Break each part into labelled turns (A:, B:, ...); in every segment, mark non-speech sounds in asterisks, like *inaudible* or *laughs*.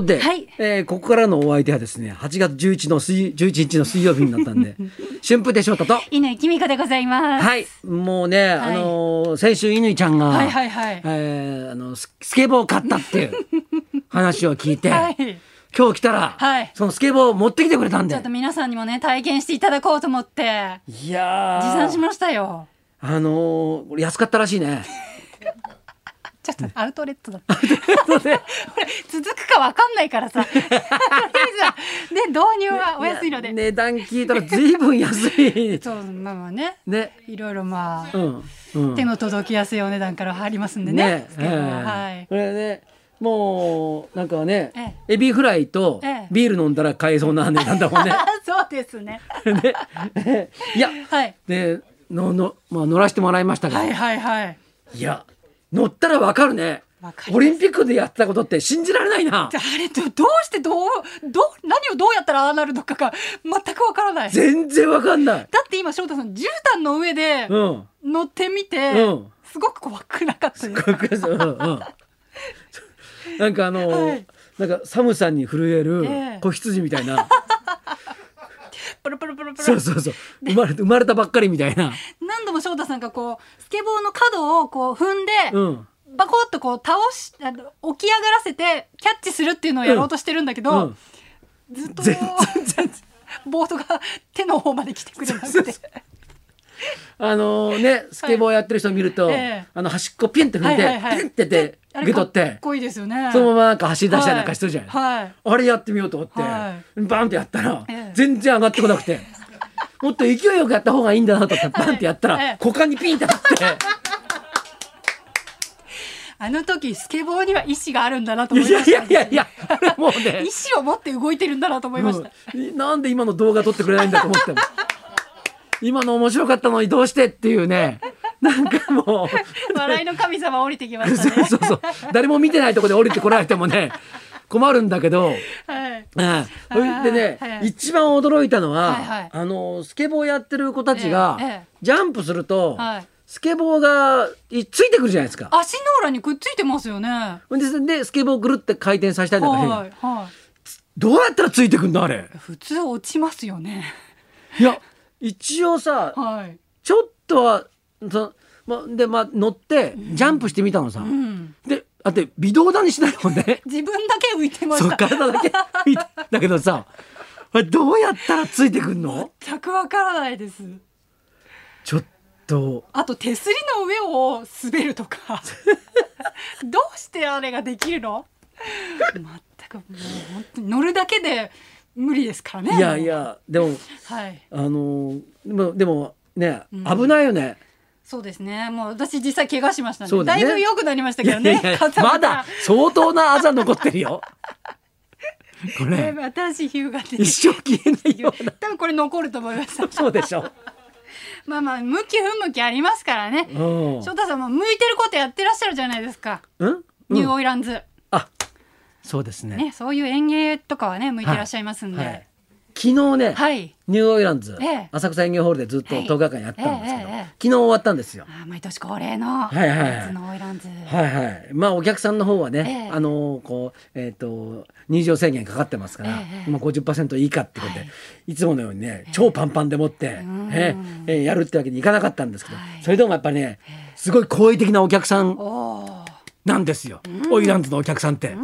A: で、
B: はい
A: えーここからのお相手はですね、8月11日の水11日の水曜日になったん
B: *laughs*
A: で、春風亭昇太と、
B: 犬井美香でございます。
A: はい、もうね、
B: はい
A: あのー先週乾ちゃんが、
B: はいはいはい
A: えーあのススケボーを買ったっていう
B: *laughs*
A: 話を聞いて、
B: はい
A: 今日来たら、
B: はい
A: そのスケボーを持ってきてくれたん
B: ち
A: で
B: ょっと皆さんにもね体験していただこうと思って
A: いやー
B: 持参しましたよ。
A: あのー安かったらしいね
B: ちょっとアウトレットだった。これ続くかわかんないからさ。と *laughs* りあえずはで導入 *laughs* はお安いので。
A: や値段聞いたらずいぶん安
B: *laughs*
A: い
B: そうまあまあね。
A: ね
B: いろいろまあ、
A: うんうん
B: 手の届きやすいお値段から入りますんでね。
A: ね
B: です
A: え
B: けど
A: え
B: はい。
A: これねもうなんかね、
B: え
A: エビフライと
B: ええ
A: ビール飲んだら買えそうな値段だもん
B: *laughs*
A: ね
B: *laughs* あそうですね。
A: ねいや
B: はい。
A: でのの、まあ、乗らせてもらいましたが、
B: はい
A: い、
B: はいはい。
A: や乗ったらわかるね
B: わかります
A: オリンピックでやってたことって信じられないな
B: であれどどうしてどうどう何をどうやったらああなるのかが全くわからない。
A: 全然わかんない
B: だって今翔太さん絨毯の上で
A: うん
B: 乗ってみて、
A: うん
B: すごく怖くなかったです
A: かっこいいですうんうんなんかあのー
B: はい
A: なんか寒さに震える
B: ええ
A: 子羊みたいな、
B: プルプルプルプ
A: そう
B: ル
A: そうそう生まれ生まれたばっかりみたいな、
B: 何度も翔太さんがこうスケボーの角をこう踏んで、
A: うん、
B: バコッとこう倒しあの起き上がらせてキャッチするっていうのをやろうとしてるんだけど、
A: うん
B: ずっと
A: 全
B: ボードが手の方まで来てくれなくて
A: あのーねスケボーやってる人見ると、
B: ええ
A: あの端っこピンって踏んで、
B: はいはいはい
A: ピンってて
B: あ
A: 受け
B: れ
A: 取
B: か
A: っ
B: ってこいいですよね
A: そのままなんか走り出したりなんかしてるじゃない、
B: はい、はい
A: あれやってみようと思って、
B: は
A: バンってやったら、
B: ええ
A: 全然上がってこなく
B: *laughs*
A: てもっと勢いよくやった方がいいんだなと思ってバンってやったら、
B: ええ
A: 股間にピンって当たって。
B: あの時スケボーには意志があるんだなと
A: い
B: *laughs* 思いま
A: や
B: し
A: い
B: た
A: やいやいや、これもうね
B: 意、志を持って動いてるんだなと思いました、
A: うんなんで今の動画撮ってくれないんだと思
B: *laughs*
A: っても今の面白かったのにどうしてっていうねなんかも
B: *laughs* 笑いの神様降りてきま
A: う
B: した
A: *laughs* そう
B: ね。
A: そうそう誰も見てないとこで降りてこられてもね困るんだけど。
B: はい。
A: ええそれでね、
B: はいはい
A: 一番驚いたのは、
B: はいはい
A: あのスケボーやってる子たちが、
B: ええええ
A: ジャンプすると、
B: はい
A: スケボーがいついてくるじゃないですか。
B: 足の裏にくっついてますよね。は
A: ででスケボーぐるって回転させた
B: い
A: りなんかしてる
B: は
A: どうやったらついてくんだあれ
B: い。。普通落ちますよね。
A: いや一応さ
B: はい。
A: ちょっとはそのまでまあ乗ってジャンプしてみたのさ、
B: うん。
A: であって微動だにしないもんね
B: 自分だけ浮いて *laughs* ま
A: そう
B: した。
A: 体だけ浮いてだけどさあれどうやったらついてくんの
B: 全くわからないです。
A: ちょっと
B: あと手すりの上を滑る
A: *laughs*
B: とか。どうしてあれができるの？全くもう本当に乗るだけで無理ですからね。
A: いやい。やでも
B: はい。
A: あのーでもでもね、
B: うん
A: 危ないよね
B: そうですね。もう私実際怪我しましたね。
A: そうだ
B: だ
A: ね
B: いぶ良くなりました
A: い
B: けど
A: やい
B: ね。
A: やいや
B: 肩が
A: まだ相当なあざ残ってるよこ
B: だい
A: れ
B: ぶ新しい皮膚が出てき
A: 一生消えないような
B: て多分これ残ると思います。
A: そうでしょ、
B: まあまあ向き不向きありますからね。
A: うん
B: 翔太さんも向いてることやってらっしゃるじゃないですか。
A: うん、
B: ニュー
A: うん
B: オイランズ、
A: あそうですね
B: ねそういう園芸とかはね向いてらっしゃいますんで。は
A: はいい。、昨日ね、
B: はい
A: ニューオイランズ、
B: ええ
A: 浅草園芸ホールでずっと
B: はい
A: 10日間やったんですけど、
B: ええええええ
A: 昨日終わったんですよ。
B: ああ毎年恒例の
A: はいはいはい
B: 夏のオイランズ。
A: はいはい、まあお客さんの方はね、
B: ええ
A: あのこうえっ、と入場制限かかってますから、
B: ええ
A: 今50%以下ってことで、
B: はい
A: い、つものようにね超パンパンでもって、
B: ん
A: ええええやるってわけにいかなかったんですけど、
B: はい
A: それでもやっぱりねすごい好意的なお客さん
B: おおー。
A: なんですよ、オイランズのお客さんって、
B: ん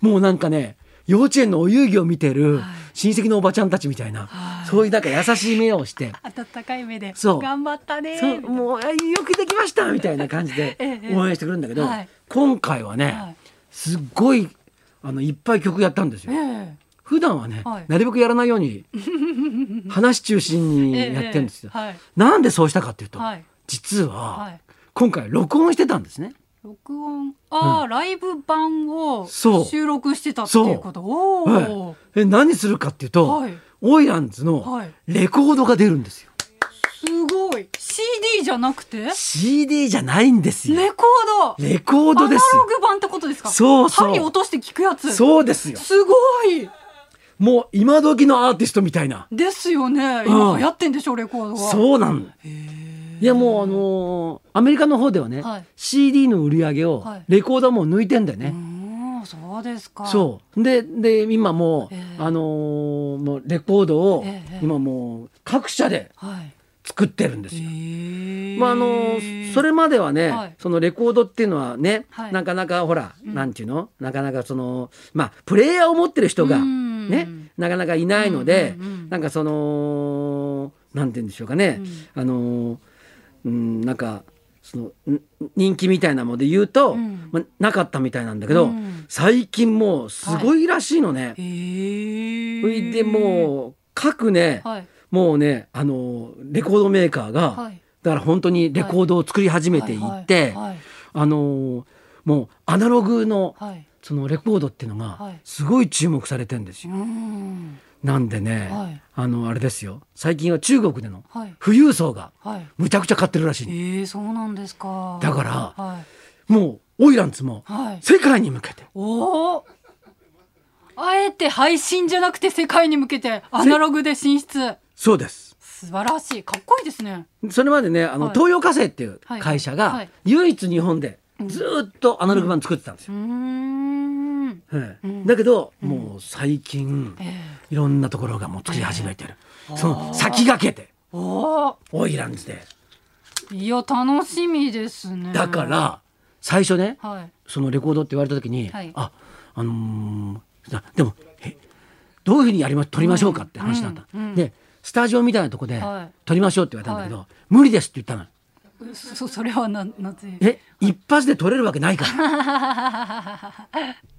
A: もうなんかね幼稚園のお遊戯を見てる
B: はい
A: 親戚のおばちゃんたちみたいな、
B: はい
A: そういうなんか優しい目をして。
B: 温かい目で
A: そう
B: 頑張ったねー
A: そう
B: みたいな
A: もうあよくできましたみたいな感じで
B: ええ
A: 応援してくるんだけど、
B: はい
A: 今回はね、
B: はい
A: すっごいあのいっぱい曲やったんですよ。
B: え
A: 普段はね、
B: はい
A: なるべくやらないよう
B: *laughs*
A: に話中心
B: え
A: にやってるんですよ。
B: ええはい。
A: なんでそうしたかっていうと、
B: はい
A: 実は、
B: はい
A: 今回録音してたんですね。
B: 録音ああ、ライブ版を
A: そう
B: 収録してたっていうことおお、
A: はいえ何するかっていうと、
B: はい
A: オイランズ
B: は
A: の
B: い
A: レコードが出るんですよ。
B: すごい CD じゃなくてレ
A: CD じゃないんですよ。
B: コード
A: レコードです
B: アナ
A: よ。
B: ログ版ってことですか
A: そうそう
B: 針落として聞くやつ
A: そうですよ。
B: すごい
A: もう今時のアーティストみたいな。
B: ですよ
A: う
B: ね今
A: ん
B: 流行ってんでしょレコードがう
A: そうなんいやもうあのーアメリカの方ではね、
B: はい
A: CD の売り上げを
B: はい
A: レコードはもう抜いてんだよね、
B: ーんあそうですか。
A: そうでで今もう、
B: ええ
A: あのーもうレコードを
B: ええ
A: 今もう各社で
B: はい。
A: 作ってるんですよ。
B: ええ
A: まああのそれまではね、
B: はい
A: そのレコードっていうのはね、
B: はい
A: なかなかほら、
B: うん
A: なんていうのなかなかそのまあプレイヤーを持ってる人がね、
B: うん
A: なかなかいないので、
B: うんうんうん
A: なんかそのなんて言うんでしょうかね、あのーうんなんかそのん人気みたいなので言うと、
B: うん
A: まあ、なかったみたいなんだけど、
B: うん
A: 最近もうすごいらしいのね。
B: ええ
A: それでもう各ね、
B: はい
A: もうねあのレコードメーカーが、
B: はい。
A: だから本当にレコードを作り始めていって、
B: はい
A: あのもうアナログの
B: はいはい。
A: そのレコードっていうの
B: は
A: が
B: い
A: すごい注目されてるんです
B: う
A: よ。
B: ん
A: なんでね、
B: はい
A: あのあれですよ最近は中国での
B: はい
A: 富裕層が
B: はい。
A: むちゃくちゃ買ってるらしい、
B: ええそうなんですか。
A: だから
B: はい
A: もうオイランツも
B: はい。
A: 世界に向けて
B: おお。あえて配信じゃなくて世界に向けてアナログで進出。
A: そうです
B: 素晴らしい。かっこいいですね。
A: それまでねあの、
B: はい
A: 東洋化成っていう
B: はい
A: 会社
B: は
A: が
B: い
A: 唯一日本でずーっとアナログ版作ってたんですよ
B: うーん。
A: ええ
B: うん
A: だけど、もう最近
B: ええ
A: いろんなところがもう作り始めてる、
B: え
A: その先駆けて
B: お
A: オイランズで
B: ーいや楽しみですね
A: だから最初ね
B: はい
A: そのレコードって言われた時に、
B: はい
A: ああのーさでもえどういうふうにやりま撮りましょうかって話なんだ、
B: うんうん
A: でスタジオみたいなとこで
B: はい
A: 撮りましょうって言われたんだけど、無理ですって言ったの
B: うそそれはななぜ
A: え一発で撮れるわけないから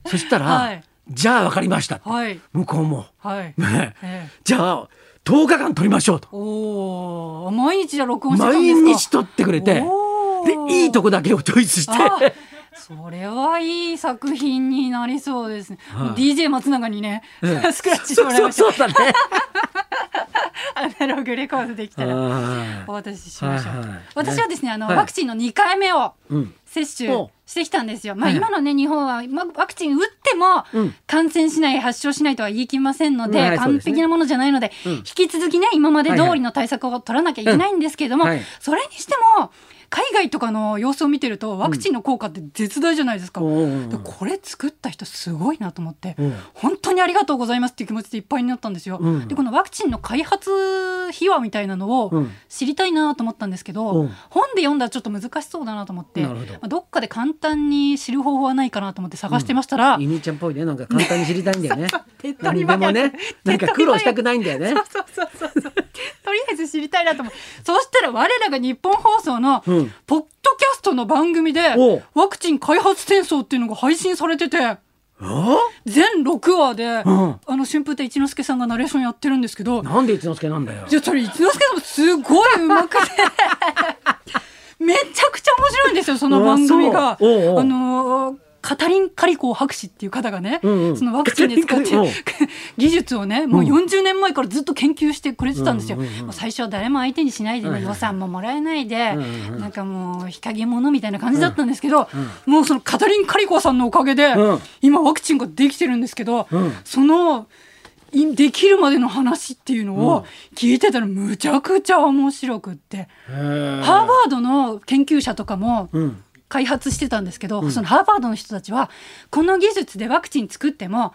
A: そしたら、
B: はい
A: じゃあ分かりましたって、
B: はい
A: 向こうも、 *laughs*
B: はい、
A: ね
B: ええ
A: じゃあ10日間撮りましょうと。
B: おお毎日じゃ録音してたん
A: 毎
B: ですか
A: 日撮ってくれて
B: おー
A: でいいとこだけをチョイスして
B: あそれはいい作品になりそうですね、
A: はい
B: もう DJ 松永にね、
A: ええ
B: スクラッチしてもらいまし
A: そ
B: た
A: うそうそ
B: *laughs*
A: うだね
B: アナログレコードできたら
A: あ
B: お渡ししましょう、
A: はいはい
B: 私はですねあの、
A: はい
B: ワクチンの2回目を
A: ーうん
B: 接種してきたんですよ。まあ、
A: はい
B: 今のね、日本は、まワクチン打っても
A: うん、
B: 感染しない、発症しないとは言い切りませんので、
A: うんはいそう
B: 完
A: ですね
B: 璧なものじゃないので、
A: うん
B: 引き続きね、今まで通りの対策を取らなきゃいけないんですけれども、
A: うんはい
B: それにしても、海外とかの様子を見てると、ワクチンの効果って絶大じゃないですか。
A: おうおうおう
B: でこれ作った人すごいなと思って、
A: うん
B: 本当にありがとうございますっていう気持ちでいっぱいになったんですよ。
A: うん
B: でこのワクチンの開発秘話みたいなの
A: う
B: を
A: ん
B: 知りたいなと思ったんですけ
A: う
B: ど、
A: ん
B: 本で読んだらちょっと難しそうだなと思って
A: なるほど
B: まあどっかで簡単に知る方法はないかなと思って探してましたら、
A: *laughs* イニちゃんっぽいねなんか簡単に知りたいんだよ
B: *laughs*
A: ね
B: 手っ
A: 何で
B: 取り早く
A: もねなんか苦労したくないんだよね
B: そうそうそうそうそうとりあえず知りたいなと思うそうしたら我らが日本放送のポ
A: う
B: ッド
A: ん
B: キャストの番組で、
A: おう
B: ワクチン開発戦争っていうのが配信されてて
A: あ
B: 全6話で、
A: うん
B: あの春風亭一之輔さんがナレーションやってるんですけど
A: なんで一之輔なんだよ
B: いやそれ一之輔さんもすごいうまくて *laughs* めちゃくちゃ面白いんですよその番組が。あ
A: うわそうおうおう
B: のーカタリン・カリコー博士っていう方がね、
A: うんうん
B: そのワクチンで使っ
A: カタリン
B: て
A: カリコー
B: 技術をねもううん40年前からずっと研究してくれてたんですよ、
A: うんうんうん
B: もう最初は誰も相手にしないで、
A: はいはい
B: 予算ももらえないで、
A: うんうんうん
B: なんかもう日陰者みたいな感じだったんですけど、もうそのカタリン・カリコーさんのおかげで、
A: うん
B: 今ワクチンができてるんですけど、
A: うん
B: そのいできるまでの話っていうの
A: うん
B: を聞いてたらむちゃくちゃ面白くって、ハーバードの研究者とかも
A: ーうん
B: 開発してたんですけど、そのハーバードの人たちはこの技術でワクチン作っても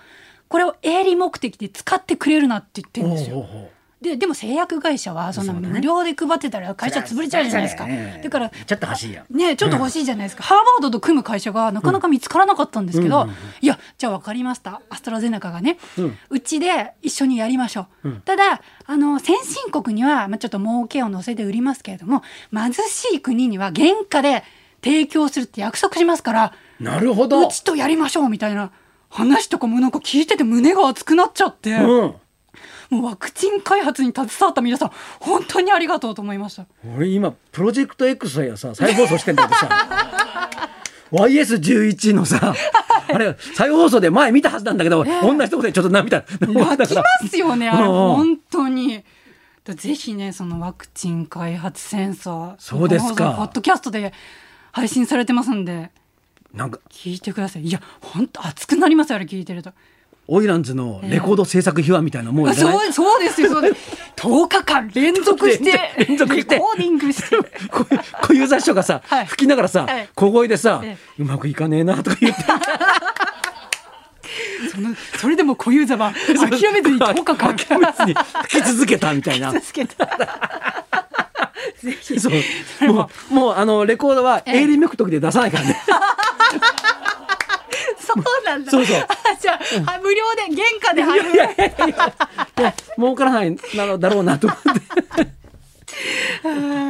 B: これを営利目的で使ってくれるなって言ってるんですよ。
A: おうおうおう
B: ででも製薬会社はそんな
A: そうだね
B: 無料で配ってたら会社潰れちゃうじゃないですか。
A: そりゃそうだよね
B: だから
A: ちょっと欲しいよ
B: ね、ちょっと欲しいじゃないですか、ハーバードと組む会社がなかなか見つからなかったんですけど、いやじゃあ分かりましたアストラゼネカがね、
A: うん
B: ちで一緒にやりましょう、
A: うん
B: ただあの先進国には、まあ、ちょっと儲けを乗せて売りますけれども貧しい国には原価で提供するって約束しますから
A: なるほど
B: うちとやりましょうみたいな話とかもなんか聞いてて胸が熱くなっちゃって、
A: うん
B: もうワクチン開発に携わった皆さん本当にありがとうと思いました。
A: 俺今プロジェクト X やさ再放送してんだけどさ
B: *laughs*
A: YS11 のさあれ再放送で前見たはずなんだけど、
B: え
A: 同じとこでちょっと涙
B: 湧きますよね、あ
A: *laughs*
B: れ、
A: うんうん
B: 本当に。だぜひね、そのワクチン開発センサー、
A: そうですか
B: 日本放送のポッドキャストで配信されてますんで、
A: なんか
B: 聞いてください。いや、本当熱くなりますよ、あれ聞いてると。
A: オイランズのレコード制作秘話みたいなもん
B: あ
A: じゃない、
B: そう、そうですよ、そ
A: *laughs*
B: うです。10日間連続して、
A: 連続して
B: レコーディングして。
A: こう小遊三師匠がさ、
B: はい
A: 吹きながらさ、
B: はい
A: 小声でさ、
B: え
A: うまくいかねえなとか言って
B: そのそれでも小遊三は諦めずに10日間
A: 諦めずに吹き続けたみたい
B: *laughs*
A: な。
B: 続
A: *laughs*
B: けたぜひ
A: そう
B: れ
A: も
B: も
A: うもうあのレコードは
B: ええ
A: 営利目的で出さないから
B: *laughs*
A: ね。
B: そうなんだ。
A: そうそう
B: あじゃあ、あ無料で原価で入
A: い
B: る。
A: やいやいやいや儲からないなのだろうなと思って。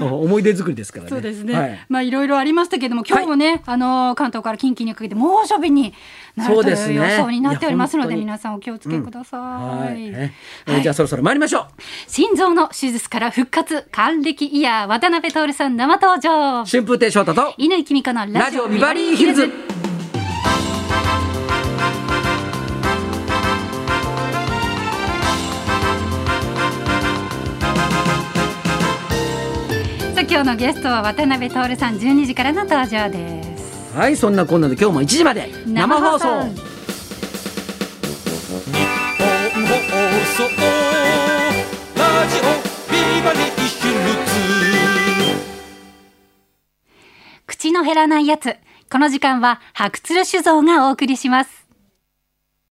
A: 思い出作りですからね。
B: そうですね。
A: はい
B: まあいろいろありましたけども、今日もね、あの関東から近畿にかけて猛暑日にな
A: そ
B: る
A: う
B: と
A: です
B: いう
A: ね
B: 予想になっておりますの
A: い
B: で、
A: や本当に
B: 皆さんお気をつけくださ。
A: はいい。ねえーじゃあそろそろ参りましょ
B: 心臓の手術から復活還暦イヤー渡辺徹さん生登場
A: う。。春風亭昇太と
B: 乾きみかの
A: ラ
B: ラ
A: ジ
B: ジオ
A: オビ
B: ビ
A: バ
B: バ
A: リ
B: リ
A: ーヒ
B: ーヒ
A: ル
B: ル
A: ズ
B: ズ。。さあ今日のゲストは渡辺徹さん12時からの登場です。
A: はい、そんなこんなで今日も1時まで生放送。
B: 生放送
C: 本放送ラジオビバリーヒルズ」
B: 口の減らないやつ。この時間は白鶴酒造がお送りします。